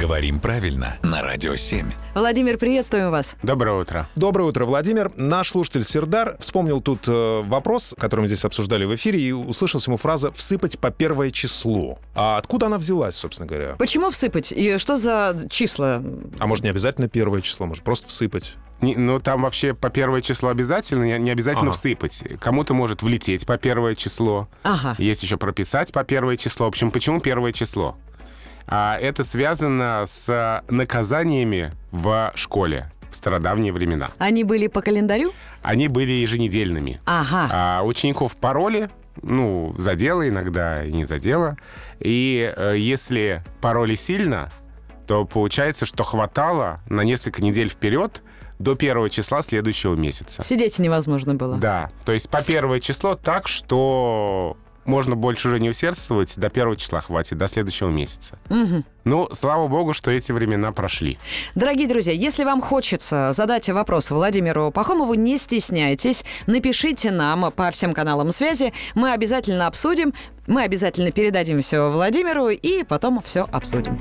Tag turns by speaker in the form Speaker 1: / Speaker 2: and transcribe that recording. Speaker 1: Говорим правильно на Радио 7.
Speaker 2: Владимир, приветствуем вас.
Speaker 3: Доброе утро.
Speaker 4: Доброе утро, Владимир. Наш слушатель Сердар вспомнил тут э, вопрос, который мы здесь обсуждали в эфире, и услышалась ему фраза «всыпать по первое число». А откуда она взялась, собственно говоря?
Speaker 2: Почему всыпать? И что за числа?
Speaker 4: А может, не обязательно первое число, может, просто всыпать?
Speaker 3: Не- ну, там вообще по первое число обязательно, не, не обязательно
Speaker 4: Ага.
Speaker 3: всыпать. Кому-то может влететь по первое число.
Speaker 2: Ага.
Speaker 3: Есть еще прописать по первое число. В общем, почему первое число? А это связано с а, наказаниями в школе в стародавние времена.
Speaker 2: Они были по календарю?
Speaker 3: Они были еженедельными.
Speaker 2: Ага.
Speaker 3: А учеников пароли, ну, задело иногда и не задело. И э, если пароли сильно, то получается, что хватало на несколько недель вперед до первого числа следующего месяца.
Speaker 2: Сидеть невозможно было.
Speaker 3: А. Да, то есть по первое число так, что можно больше уже не усердствовать, до первого числа хватит, до следующего месяца.
Speaker 2: Мгм.
Speaker 3: Ну, слава богу, что эти времена прошли.
Speaker 2: Дорогие друзья, если вам хочется задать вопрос Владимиру Пахомову, не стесняйтесь. Напишите нам по всем каналам связи. Мы обязательно обсудим. Мы обязательно передадим все Владимиру и потом все обсудим.